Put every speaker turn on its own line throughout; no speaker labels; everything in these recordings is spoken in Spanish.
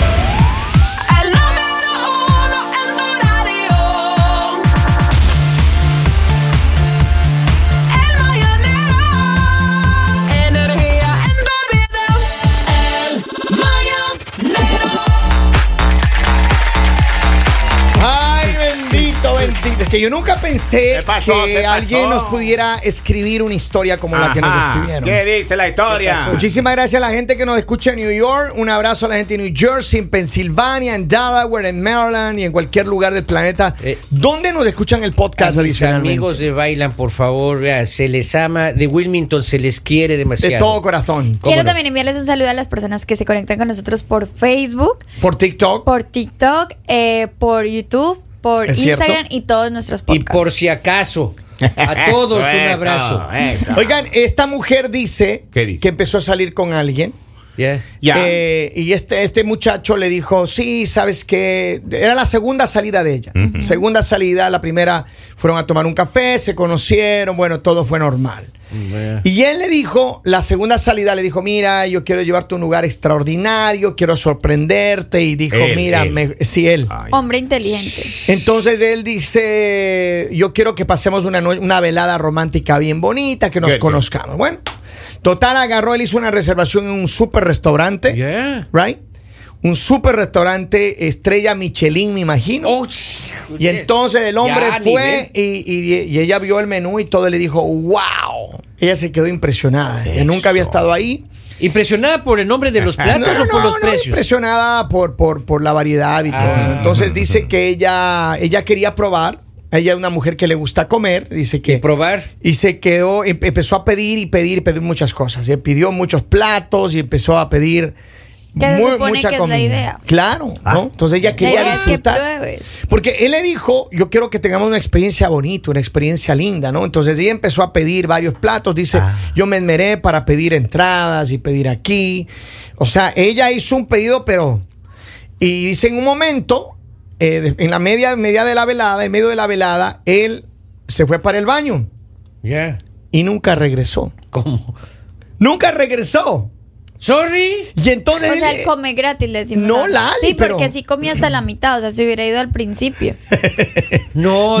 El número uno en tu radio. El mañanero. Energía en tu vida. El mañanero.
Ay, bendito, bendito. Es que yo nunca pensé
¿Qué pasó?
que
¿Qué pasó?
alguien nos pudiera escribir una historia como la que nos
Ajá.
escribieron.
¿Qué dice la historia?
Muchísimas gracias a la gente que nos escucha en New York. Un abrazo a la gente en New Jersey, en Pensilvania, en Delaware, en Maryland y en cualquier lugar del planeta.
Eh,
¿Dónde nos escuchan el podcast
A mis
adicionalmente?
amigos de Bailan, por favor, vea, se les ama. De Wilmington se les quiere demasiado.
de todo corazón.
¿Cómo
Quiero
no?
también enviarles un saludo a las personas que se conectan con nosotros por Facebook,
Por TikTok.
por TikTok, eh, por YouTube, por
Es cierto.
Instagram y todos nuestros
Y
podcasts.
por si acaso, a todos
Eso,
un
eso,
abrazo.
eso.
Oigan, esta mujer dice,
Ah. ¿Qué dice?
que empezó a salir con alguien.
Ya.
ya.
Eh, y este, este muchacho le dijo, sí, sabes que era la segunda salida de ella. Segunda salida, la primera fueron a tomar un café, se conocieron, bueno, todo fue normal. Y él le dijo, la segunda salida le dijo, mira, yo quiero llevarte a un lugar extraordinario, quiero sorprenderte. Y dijo,
Él,
mira,
él. Ah.
me- sí, él.
Ay.
Hombre inteligente.
Entonces él dice, yo quiero que pasemos una, no- una velada romántica bien bonita, que nos
Good, good.
conozcamos. Bueno, total agarró, él hizo una reservación en un super restaurante,
Yeah.
right? Un super restaurante estrella Michelin, me imagino.
Oh, sí.
y entonces el hombre
Ya,
fue
nivel.
y, y- y ella vio el menú y todo y le dijo, wow. Ella se quedó impresionada. Ella nunca había estado ahí.
¿Impresionada por el nombre de los platos
No, no,
o por
no,
los
no,
precios?
impresionada por, por, por la variedad y todo.
Ah.
¿no? Entonces dice que ella, ella quería probar. Ella es una mujer que le gusta comer. Dice que.
Y probar.
Y se quedó, em- empezó a pedir y pedir y pedir muchas cosas. Y pidió muchos platos y empezó a pedir.
Que se
mu-
supone
mucha
que es la
comida.
idea.
Claro, ¿no? Entonces ella
La
quería
idea es que
disfrutar.
pruebes.
Porque él le dijo, yo quiero que tengamos una experiencia bonita, una experiencia linda, ¿no? Entonces ella empezó a pedir varios platos, dice, yo me esmeré para pedir entradas y pedir aquí. O sea, ella hizo un pedido, pero... Y dice, en un momento, eh, de- en la media, media de la velada, en medio de la velada, él se fue para el baño
Ya.
y nunca regresó.
¿Cómo?
Nunca regresó.
Sorry.
Y entonces...
O sea, el
él-
come gratis, le decimos.
No,
acá.
Lali,
Sí,
pero-
porque sí comía hasta la mitad, o sea, se hubiera ido al principio.
No,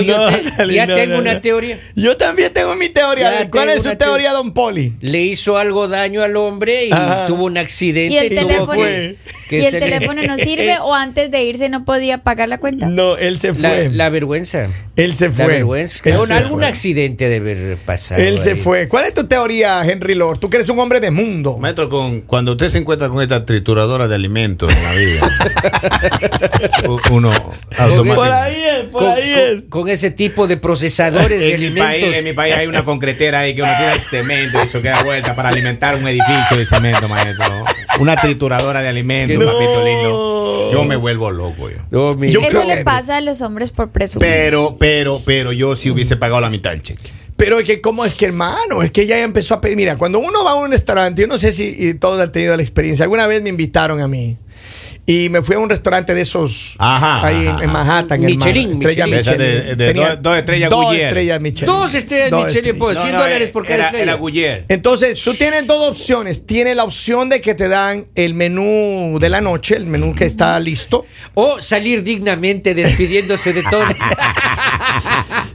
yo te-
Dale,
ya
no,
tengo
no,
una
no.
teoría.
Yo también tengo mi teoría.
Ya
¿Cuál
tengo
es su
una teo-
teoría, don Poli?
Le hizo algo daño al hombre y
Ajá.
tuvo un accidente.
Y el
tuvo
teléfono,
que- que
y el
se le-
teléfono no sirve o antes de irse no podía pagar la cuenta.
No, él se
La, la vergüenza.
Él se fue.
La vergüenza.
Él
Con
se
algún
fue.
accidente de haber pasado.
Él se
ahí.
fue. ¿Cuál es tu teoría, Henry Lord? Tú que eres un hombre de mundo.
Maestro, con, cuando usted se encuentra con esta trituradora de alimentos en la vida, u- uno automáticamente.
es,
Con, con- con ese tipo de procesadores de
En mi, país, en mi
alimentos.
país hay una concretera ahí que uno tira el cemento y eso queda vuelta para alimentar un edificio de cemento, maestro. Una trituradora de alimentos,
No.
papito lindo. Yo me vuelvo loco, yo.
No, mi-
Yo
Eso
creo
le
que-
pasa a los hombres por presumir.
Pero, pero, pero yo sí hubiese pagado la mitad del cheque.
Pero es que, ¿cómo es que, hermano? Es que ella ya empezó a pedir. Mira, cuando uno va a un restaurante, yo no sé si y todos han tenido la experiencia. Alguna vez me invitaron a mí. Y me fui a un restaurante de esos
Ajá,
ahí
ajá,
en, en Manhattan.
Michelin,
hermano. Estrella
Michelin.
Michelin.
Esa de- de
Tenía
dos- dos estrellas
Dos
Goodyear.
estrellas Michelin.
Dos estrellas
Dos
Michelin,
estrellas.
pues, 100 dólares por cada
eh, era,
estrella.
Era Guller.
Entonces, tú tienes dos opciones. Tienes la opción de que te dan el menú de la noche, el menú que está listo.
O salir dignamente despidiéndose de todos.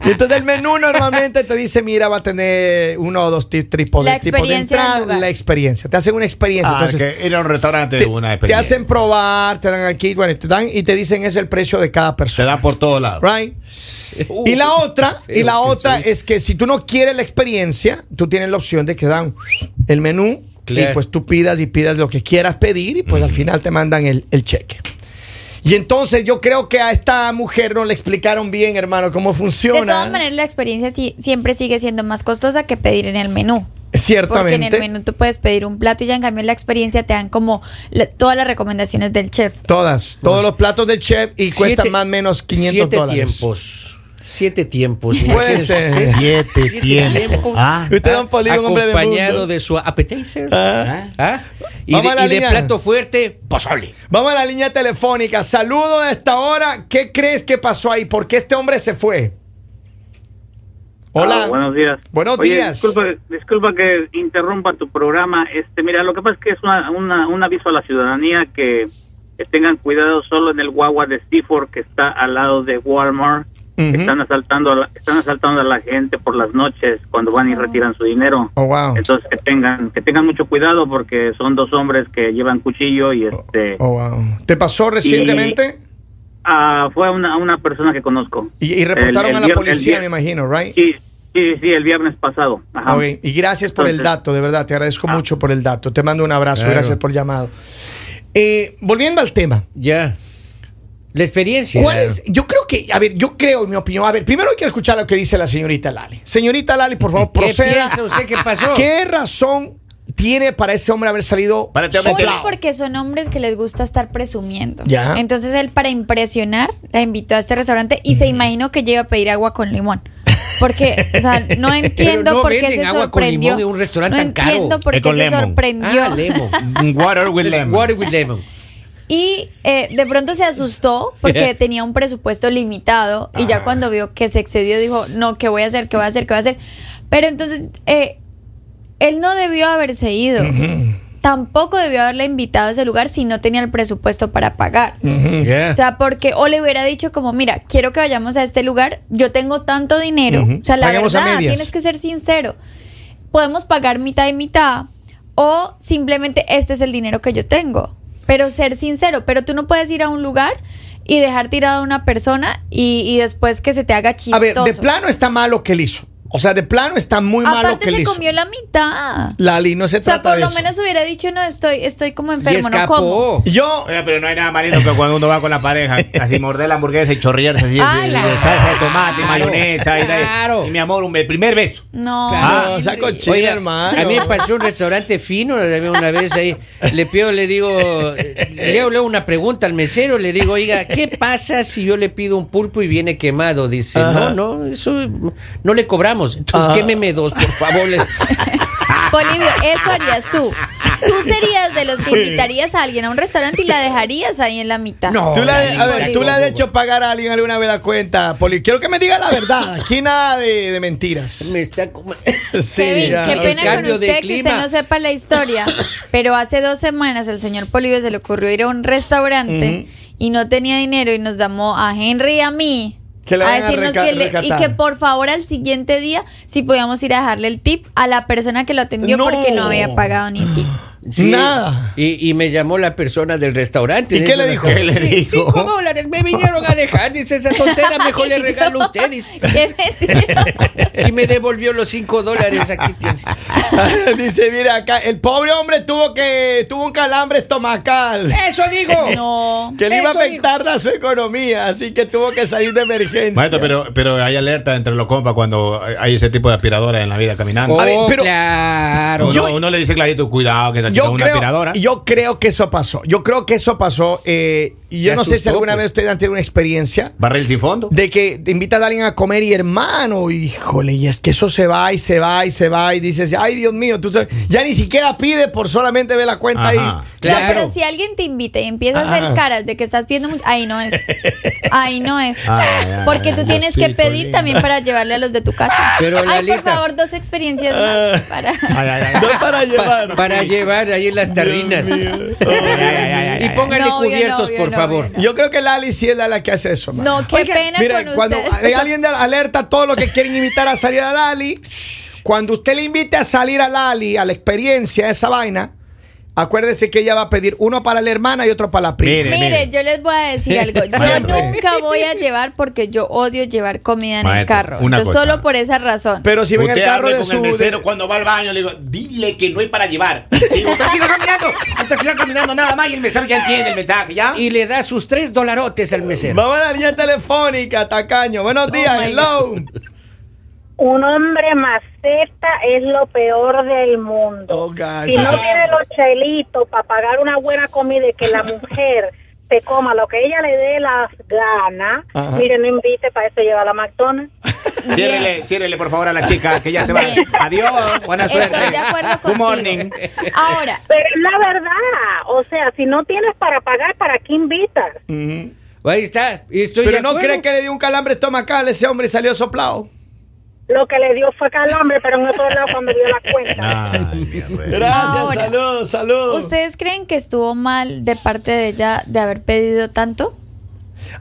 Y entonces el menú normalmente te dice, mira, va a tener uno o dos ti- tripos
La
de tipos de
experiencia del
entrada,
lugar.
la experiencia. Te hacen una experiencia.
Ah,
entonces,
que era un restaurante
te,
de una
te
experiencia.
hacen probar, te dan aquí, bueno, y te dan y te dicen es el precio de cada
Se
persona.
da por todos lados.
Right?
Uh,
Y la otra, y la otra es que si tú no quieres la experiencia, tú tienes la opción de que dan el menú y
Claro.
pues tú pidas y pidas lo que quieras pedir y pues al final te mandan el, el cheque. Y entonces yo creo que a esta mujer no le explicaron bien, hermano, cómo funciona.
de todas maneras, la experiencia sí- siempre sigue siendo más costosa que pedir en el menú. Porque en
Ciertamente.
el menú tú puedes pedir un plato y ya en cambio en la experiencia te dan como la- todas las recomendaciones del chef.
Todas, todos los platos del chef y cuestan
Pues Siete-
más o menos 500
siete
dólares.
tiempos. Siete tiempos.
Puede
Imagínense,
ser.
Siete
siete
tiempos. Ah.
Usted da un polígono, un hombre de mundo.
Acompañado de su appetizer. Ah. Y,
Vamos a la
de, y de
línea.
plato fuerte, pozole.
Vamos a la línea telefónica. Saludos a esta hora. ¿Qué crees que pasó ahí? ¿Por qué este hombre se fue? Hola.
Ah, buenos días.
Buenos
Oye,
días.
Disculpa, disculpa que interrumpa tu programa. Este, mira, lo que pasa es que es una, una- un aviso a la ciudadanía que eh, tengan cuidado solo en el guagua de Seaford que está al lado de Walmart.
Ujú.
Están asaltando a la, están asaltando a la gente por las noches cuando van y retiran su dinero.
Oh, wow.
Entonces que tengan que tengan mucho cuidado porque son dos hombres que llevan cuchillo y este
Oh, wow. ¿Te pasó recientemente?
ah, fue una, una persona que conozco.
Y, y reportaron
El- el
a la
vier- el
policía,
vier-
me imagino, ¿right?
Sí, sí, sí, el viernes pasado. Ajá.
Ok, Y gracias por el
Entonces-
dato, de verdad, te agradezco
Ah.
mucho por el dato. Te mando un abrazo,
Claro.
gracias por el llamado. Eh, volviendo al tema,
Ya. La experiencia.
¿cuál es? Yo creo que, a ver, yo creo, en mi opinión, a ver, primero hay que escuchar lo que dice la señorita Lali. Señorita Lali, por favor,
¿Qué
proceda.
piensa usted que pasó?
¿Qué razón tiene para ese hombre haber salido
Para este hombre
Solo
soplado?
porque son hombres que les gusta estar presumiendo.
Ya.
Entonces él para impresionar la invitó a este restaurante y se imaginó que yo iba a pedir agua con limón. Porque, o sea, no entiendo
no
por qué
venden
se
agua con
sorprendió.
limón en un restaurante
no
tan caro.
entiendo por
Eh,
qué
con
se
lemon.
sorprendió.
Ah, lemon.
Water with
It's
lemon.
Water with lemon.
Y eh, de pronto se asustó porque tenía un presupuesto limitado y ya cuando vio que se excedió dijo, no, ¿qué voy a hacer? ¿Qué voy a hacer? ¿Qué voy a hacer? Pero entonces, eh, él no debió haberse ido. Tampoco debió haberle invitado a ese lugar si no tenía el presupuesto para pagar.
Mm. Eh.
Ya.
O sea, porque o le hubiera dicho como, mira, quiero que vayamos a este lugar, yo tengo tanto dinero.
Ujú.
O sea, la
Paguemos a
verdad,
medias.
tienes que ser sincero. Podemos pagar mitad y mitad o simplemente este es el dinero que yo tengo. Pero ser sincero, pero tú no puedes ir a un lugar y dejar tirada a una persona y, y después que se te haga chistoso.
A ver, de plano está malo que él hizo. O sea, de plano está muy malo
Aparte
que él
se
hizo.
comió la mitad.
Lali, no se
o sea,
trata
por
de
lo
eso.
menos hubiera dicho, no, estoy, estoy como
Y
enfermo, no como.
escapó.
Yo,
Oye, pero no hay nada más lindo que cuando uno va con la pareja, así morder la hamburguesa y chorrearse así,
Ah,
de- de
claro.
salsa de tomate, y
Claro.
mayonesa. y-
Claro.
Y, mi amor, un, el primer beso.
No.
Ah,
Claro.
saco chino,
Oiga,
hermano.
A mí me pasó un restaurante fino una vez ahí. Le pido, le digo, le hago luego una pregunta al mesero, le digo, oiga, ¿qué pasa si yo le pido un pulpo y viene quemado? Dice,
Ajá.
no, no, eso no le cobramos. Entonces,
Ajá.
quémeme dos, por favor. Le-
Polivio, eso harías tú. Tú serías de los que invitarías a alguien a un restaurante y la dejarías ahí en la mitad.
No.
Tú la-
Ay,
a ver,
Poli.
tú le has hecho pagar a alguien alguna vez la cuenta, Poli. Quiero que me diga la verdad. Aquí nada de, de mentiras.
Me está como-
Sí,
Kevin,
ya.
qué
El
pena con
cambio de
usted que
clima.
usted no sepa la historia, pero hace dos semanas el señor Polivio se le ocurrió ir a un restaurante y no tenía dinero y nos llamó a Henry y a mí
Que le
a
vayan a
decirnos
reca-
que le- y
rescatar.
que por favor al siguiente día si podíamos ir a dejarle el tip a la persona que lo atendió
No.
porque no había pagado ni tip.
Sí.
Nada.
Y, y me llamó la persona del restaurante.
¿Y qué le dijo? ¿Qué le
"Sí,
dijo?
Cinco dólares me vinieron a dejar. Dice esa tontera, mejor le
Ay, no.
regalo a usted. dice.
Qué mentira.
Y me devolvió los cinco dólares. Aquí tiene.
Dice, mira acá, el pobre hombre tuvo que tuvo un calambre estomacal
¡Eso digo!
No.
que le iba a
Eso
afectar a su economía, así que tuvo que salir de emergencia.
Maestro, pero, pero hay alerta entre los compas cuando hay ese tipo de aspiradoras en la vida caminando.
Oh,
A ver, pero-
claro.
Uno,
yo-
uno le dice clarito, cuidado, que esa chica es
yo
una
creo,
aspiradora.
yo creo que eso pasó. Yo creo que eso pasó. eh, y yo
Se
no sé si
asustó,
alguna
pues.
vez ustedes han tenido una experiencia
Barril sin fondo.
de que te invitas a alguien a comer y hermano, híjole, y es que eso se va y se va y se va y dices, ay Dios mío, tú sabes, ya ni siquiera pide por solamente ver la cuenta
Ajá.
ahí.
Claro.
No, pero si alguien te invita y empieza a
Ah.
hacer caras de que estás pidiendo mucho, ahí no es. Ahí no es.
Ay, ay,
Porque
ay,
tú tienes
Diosito
que pedir
lindo.
también para llevarle a los de tu casa.
Pero,
Ay, por
Lalita.
favor, dos experiencias más. Para...
Ay, ay, ay.
No es para
Pa-
llevar.
para llevar ahí en las tarrinas.
Ay, ay, ay, ay,
y
ay.
póngale
Novio,
cubiertos,
novio,
por
novio,
favor.
novio.
Yo creo que Lali sí es la, la que hace eso. man.
No, qué pena
Mire,
con
cuando hay
ustedes.
alguien de la alerta a todos los que quieren invitar a salir a Lali, cuando usted le invite a salir a Lali, a la experiencia, a esa vaina, acuérdese que ella va a pedir uno para la hermana y otro para la prima.
Mire.
Mire, yo les voy a decir algo. Yo
Maestro.
nunca voy a llevar porque yo odio llevar comida en el
Maestro,
carro.
una
Entonces,
cosa.
solo por esa razón.
Pero si ven
usted
el carro
hable
de
con
su...
el mesero cuando va al baño, le digo, dile que no hay para llevar. Y sigue, usted sigue caminando, usted sigue caminando nada más y el mesero ya entiende el mensaje, ¿ya?
Y le da sus tres dolarotes al
de-
mesero.
Vamos a la línea telefónica, Tacaño. Buenos días,
my
hello.
Un hombre maceta es lo peor del mundo.
Oh, God.
si no tiene los chelitos para pagar una buena comida y que la mujer se coma lo que ella le dé las ganas,
Ajá.
mire, no invite para eso lleva a la McDonald's.
Ciérrele, ciérrele por favor a la chica que ya se va.
Bien.
Adiós, buena
Estoy
suerte.
de acuerdo
Good
contigo.
morning.
Ahora,
Pero es la verdad, o sea, si no tienes para pagar, ¿para qué invitas?
Mm.
Ahí está. y Estoy
Pero
de
no
acuerdo.
cree que le dio un calambre estomacal a ese hombre y salió soplado.
Lo que le dio fue calambre, pero en otro lado cuando dio la cuenta.
Ay, mi rey.
Gracias, Ahora,
saludos, saludos.
¿Ustedes creen que estuvo mal de parte de ella de haber pedido tanto?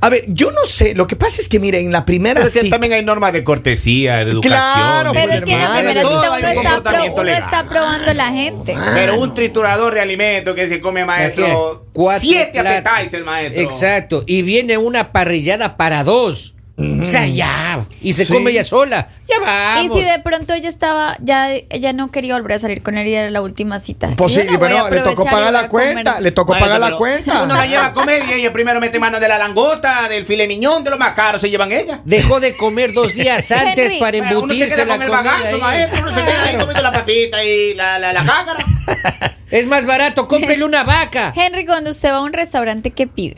A ver, yo no sé, lo que pasa es que, mire, en la primera
Pero es que
cita-
también hay normas de cortesía, de educación.
Claro,
de
Pero es que en la
hermano,
primera
todo
cita
hay
uno
un
está, pro-
comportamiento
uno
legal.
está probando la gente.
Pero un triturador de alimentos que se come maestro.
¿Qué? Eh, Cuatro
siete
platos.
apetáis el maestro.
Exacto. Y viene una parrillada para dos.
Mm.
O sea, ya. Y se come ella sola. Ya
Y
vamos.
si de pronto ella estaba, ya ella no quería volver a salir con él y era la última cita.
Posible,
Yo no voy a
Pues bueno, le tocó
aprovechar y
pagar
voy a
la cuenta,
comer.
le tocó
Maestro,
pagar la
pero
cuenta.
Uno la lleva a comer y ella primero mete mano de la langota, del file miñón, de lo más caro se llevan ella.
Dejó de comer dos días antes
Henry.
para
Bueno, uno se
embutirse
queda
la
con el
comida.
bagazo,
ahí.
maestro. Uno se queda ahí comiendo la papita y la, la, la cácara.
Es más barato, cómprele una vaca.
Henry, cuando usted va a un restaurante, ¿qué pide?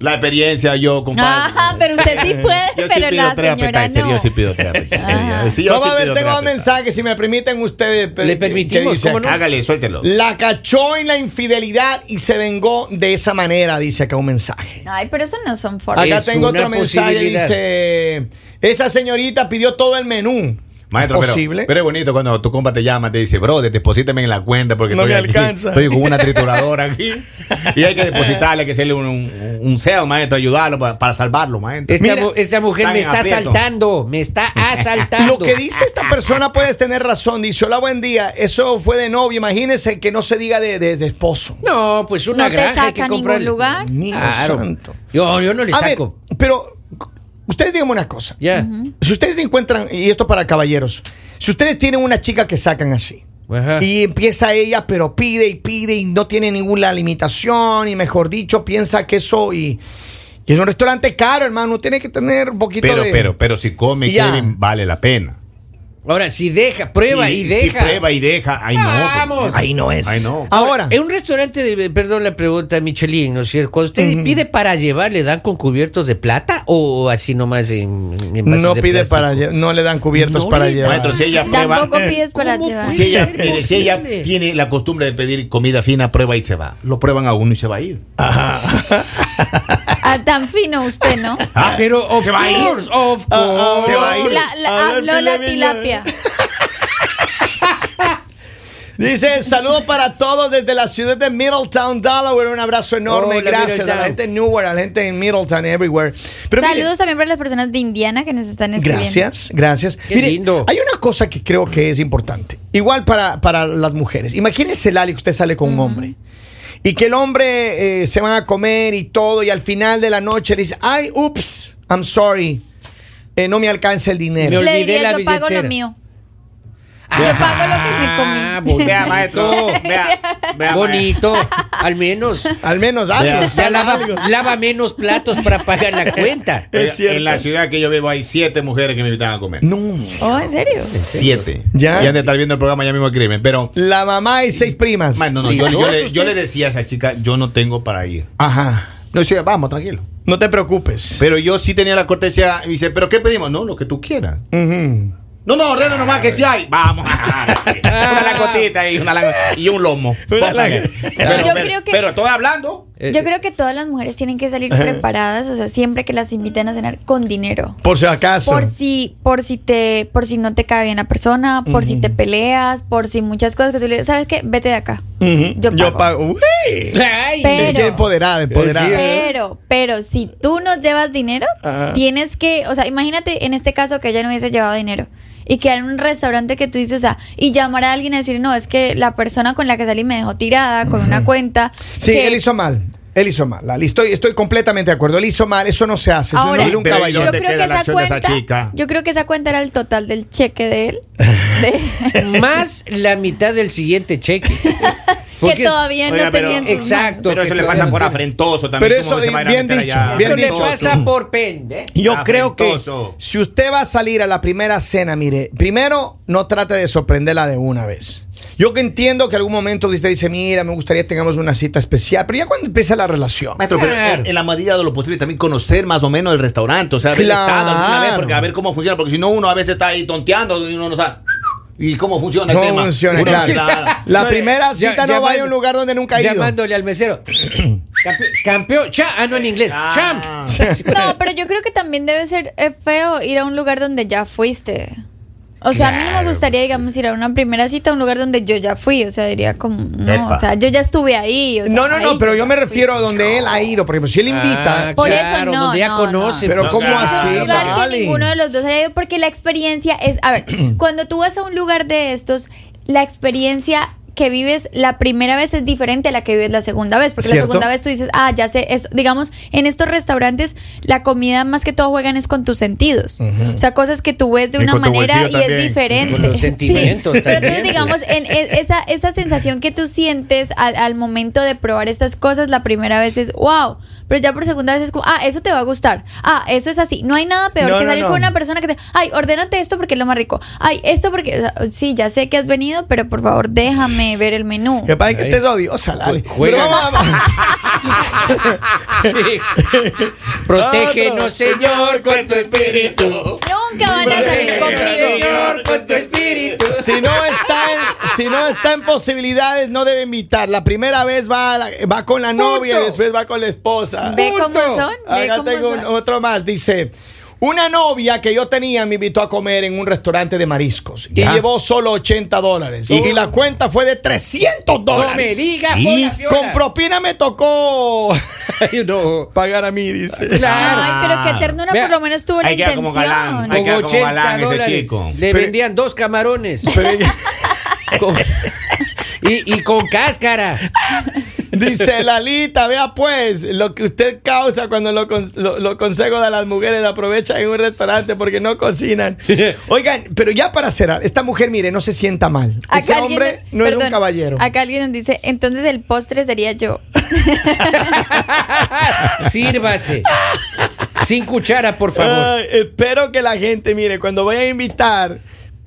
La experiencia yo,
Ajá, Ah, pero usted
Eh,
sí puede, pero la señora no.
pido tres
Ah.
Ajá.
Vamos a ver, tengo un mensaje, si me permiten ustedes. pe-
Le
que
permitimos,
dice
¿cómo no?
acá.
Hágale, suéltelo.
La cachó en la infidelidad y se vengó de esa manera, dice acá un mensaje.
Ay, pero eso no son formas.
Acá
Es
tengo
una
otro mensaje,
posibilidad.
dice, esa señorita pidió todo el menú.
Maestro,
¿Es
pero,
posible?
pero es bonito cuando tu compa te llama, te dice, brother, deposítame en la cuenta porque
No
estoy
me
aquí,
alcanza."
Estoy con una trituradora aquí. Y hay que depositarle, hay que hacerle un, un, un SEO, maestro, ayudarlo pa- para, salvarlo, maestro.
Esta,
Mira,
mu- esta mujer
están
me
en
está
aprieto.
asaltando, me está asaltando.
Lo que dice esta persona puedes tener razón. Dice, hola, buen día. Eso fue de novio. Imagínense que no se diga de, de- de esposo.
No, pues una
No te
granja hay
saca
que
a ningún
comprarle.
lugar.
Mío
Claro.
santo.
Yo, yo no le
A ver,
saco.
pero ustedes díganme una cosa.
Ya.
Si ustedes encuentran, y esto para caballeros, si ustedes tienen una chica que sacan así,
Ajá.
y empieza ella, pero pide y pide y no tiene ninguna limitación, y mejor dicho, piensa que eso y, y en un restaurante caro, hermano, tiene que tener un poquito
pero,
de...
pero, pero si come,
Ya.
Kevin, vale la pena.
Ahora, si deja, prueba y,
Si- Si
deja.
prueba y deja, ay no. pues,
Vamos.
Ahí no es.
Ahí no.
Ahora,
En un restaurante, de, perdón la pregunta, Michelin, ¿no es cierto? Cuando usted pide para llevar, ¿le dan con cubiertos de plata o así nomás en, en envases
no
de
pide
plástico?
para lle- no le dan cubiertos
No
para
le dan.
llevar.
Maestro, si ella prueba, eh,
Tampoco pides
Eh,
para
¿Cómo
llevar.
puede?
si ella,
Imposible.
mire, si ella tiene la costumbre de pedir comida fina, prueba y se va. Lo prueban a uno y se va a ir.
Ah, tan fino usted, ¿no?
Ah, pero of course, of
Ah,
course.
Se va a ir.
La- la-
A ver,
habló la
Pilar Viña.
tilapia.
Dice, saludos para todos desde la ciudad de Middletown, Delaware. Un abrazo enorme.
Hola,
Gracias a la
Middletown.
gente en Newark, a la gente en Middletown, everywhere. Pero mire,
Saludos también para las personas de Indiana que nos están escribiendo.
Gracias, gracias.
Qué lindo.
Hay una cosa que creo que es importante. Igual para, para las mujeres. Imagínense, Lali, que usted sale con un hombre. Y que el hombre eh, se van a comer y todo. Y al final de la noche le dice, ay, ups, I'm sorry. Eh, no me alcanza el dinero.
Me
Le
Olvidé
diría,
la
yo pago lo
billetera.
mío. Yo pago lo que me comí.
Ah, bo-
Vea, maestro. Vea, vea,
Bonito, al menos.
Al menos algo.
O sea, lava, lava menos platos para pagar la cuenta.
Es
Oiga,
cierto.
Eh, En la ciudad que yo vivo hay siete mujeres que me invitan a comer.
No.
Oh, ¿en serio?
Siete.
Ya.
Ya. han de estar viendo el programa ya mismo escriben, pero...
La mamá y seis primas.
Man, no, no, yo, yo
Dichosos
le, yo
ustedes.
le decía a esa chica, yo no tengo para ir.
Ajá.
No, decía, vamos, tranquilo.
No te preocupes.
Pero yo sí tenía la cortesía y dice, ¿pero qué pedimos? No, lo que tú quieras.
Ujú. Ah,
No, no, ordena nomás que sí hay. Vamos. una langotita y, una lango- y un lomo.
Una lang-
Póngale. Pero,
Yo
pero-
creo que-
pero estoy hablando.
Eh,
Yo creo que todas las mujeres tienen que salir preparadas, o sea, siempre que las inviten a cenar con dinero.
Por si acaso.
Por si, por si te, por si no te cae bien la persona, por si te peleas, por si muchas cosas que tú le dices, ¿sabes qué? Vete de acá.
Ujú.
Yo pago.
Uy.
Ay,
Pero-
Qué empoderada, empoderada.
Pero, pero si tú no llevas dinero,
Ah.
tienes que, o sea, imagínate en este caso que ella no hubiese llevado dinero y quedar en un restaurante que tú dices, o sea, y llamar a alguien a decir, no, es que la persona con la que salí me dejó tirada con una cuenta.
Sí,
que-
él hizo mal. Él hizo mal. Lali. Estoy, estoy completamente de acuerdo. Él hizo mal. Eso no se hace. Eso
Ahora,
no es un
Pero, ¿y
caballero.
yo
dónde
creo que
queda la
esa
acción de esa
cuenta,
chica?
yo creo que esa cuenta era el total del cheque de él, de-
más la mitad del siguiente cheque.
que todavía
Oiga,
no
pero-
tenían sus
exacto.
manos.
Pero eso
que
le
todo-
pasa por afrentoso también.
Pero
¿Cómo
eso
se va a ir a
bien
meter
dicho,
allá?
bien
Eso le
dicho.
pasa por pende.
Yo
Ah,
creo que
afrentoso.
si usted va a salir a la primera cena, mire, primero no trate de sorprenderla de una vez. Yo que entiendo que algún momento usted dice, mira, me gustaría que tengamos una cita especial, pero ya cuando empieza la relación.
Maestro, pero
Claro.
en, en la medida de lo posible también conocer más o menos el restaurante, o sea, haber
Claro.
estado alguna vez, porque a ver cómo funciona, porque si no uno a veces está ahí tonteando y uno no sabe. ¿Y cómo funciona
No
el tema?
funciona,
Uno
claro.
está-
La
No,
primera
Ya-
cita no
llamando-
vaya a un lugar donde nunca ha ido.
Llamándole al mesero. Campe- campeón. Cha, ah, no en inglés. Champ.
No, pero yo creo que también debe ser eh, feo ir a un lugar donde ya fuiste. O sea, a mí no me
Claro,
gustaría, digamos, ir a una primera cita a un lugar donde yo ya fui. O sea, diría como, no,
Epa.
o sea, yo ya estuve ahí. o sea,
No, no,
ahí
no, pero yo
ya
me
fui.
refiero a donde él ha ido. Por ejemplo, si él invita,
Ah,
Por eso
claro,
no,
donde ya
no,
conoce.
no.
Pero ¿cómo
claro.
así?
Un lugar que
Vale.
ninguno de los dos haya ido, porque la experiencia es. A ver, cuando tú vas a un lugar de estos, la experiencia que vives la primera vez es diferente a la que vives la segunda vez, porque
¿Cierto?
la segunda vez tú dices, ah, ya sé, es, digamos, en estos restaurantes la comida más que todo juegan es con tus sentidos, o sea, cosas que tú ves de
Y
una
con tu
manera
bolsillo
y
también.
es diferente.
Con los
Sí.
sentimientos
Pero
también.
entonces, digamos, en e- esa, esa sensación que tú sientes al, al momento de probar estas cosas, la primera vez es wow. Pero ya por segunda vez es como, ah, eso te va a gustar. Ah, eso es así. No hay nada peor
No,
que
no,
salir
no.
con una persona que te, ay, ordénate esto porque es lo más rico. Ay, esto porque, o sea, sí, ya sé que has venido, pero por favor, déjame ver el menú.
que pasa es que
Ahí.
usted es odiosa, Lali.
Ju- juega.
Pero vamos, vamos.
Sí. Protégenos, Señor, con tu espíritu.
Nunca van a salir conmigo.
Señor, con tu espíritu.
Si no, está en, si no está en posibilidades, no debe invitar. La primera vez va, a la- va con la novia, después va con la esposa.
Ve cómo son, ve
Acá
cómo
tengo un-
son.
otro más. Dice: Una novia que yo tenía me invitó a comer en un restaurante de mariscos y
Ya.
llevó solo 80 dólares. Y la cuenta fue de 300
No me
dólares.
digas,
Y
Pola Fiola.
Con propina me tocó
Ay, no.
pagar a mí, dice.
Claro.
Ay, pero qué ternura,
Vea,
por lo menos tuvo la
ahí queda como
intención.
galán, ahí
Con
queda como
80
galán ese
dólares.
chico.
Le
Pero-
vendían dos camarones.
Pero ella-
Y, y con cáscara.
Dice Lalita, vea pues, lo que usted causa cuando los con- lo- los consejos de las mujeres aprovechan en un restaurante porque no cocinan. Oigan, pero ya para cerrar, esta mujer, mire, no se sienta mal.
Acá
Ese
alguien
hombre
nos-
no era un
perdón,
caballero.
Acá alguien nos dice, entonces el postre sería yo.
Sírvase. Sin cuchara, por favor.
Ay, espero que la gente, mire, cuando vaya a invitar,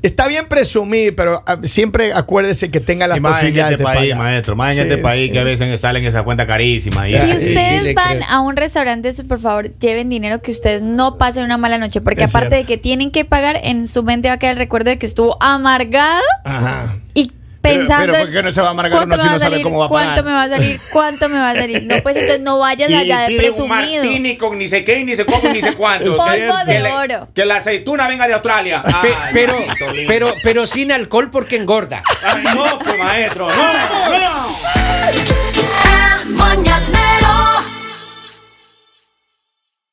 está bien presumir, pero ah, siempre acuérdese que tenga las
Y más en
posibilidades de
este país,
pagar.
maestro. Más
Sí,
en este país
sí.
que a veces salen esas cuentas carísimas. y-
Sí,
Si
sí, sí,
ustedes
le
van
creo.
a un restaurante, por favor, lleven dinero que ustedes no pasen una mala noche, porque
Es
aparte
cierto.
de que tienen que pagar, en su mente va a quedar el recuerdo de que estuvo amargado
Ajá.
y pensando
pero ¿por qué no se va a amargar
¿cuánto
uno
me
si no
a
sabe
salir?
cómo va a
¿Cuánto
pagar?
me va a salir? ¿Cuánto me va a salir? No, pues entonces no vayas
y
allá de
pide un
presumido.
martini con ni sé qué, ni sé cómo, ni sé cuánto.
Polvo
Que-
de
que le-
oro.
que la aceituna venga de Australia.
Pe-
Ay,
pero,
papito lindo.
pero, pero sin alcohol porque engorda.
Ay, no, pues, maestro. no.
El Mañanero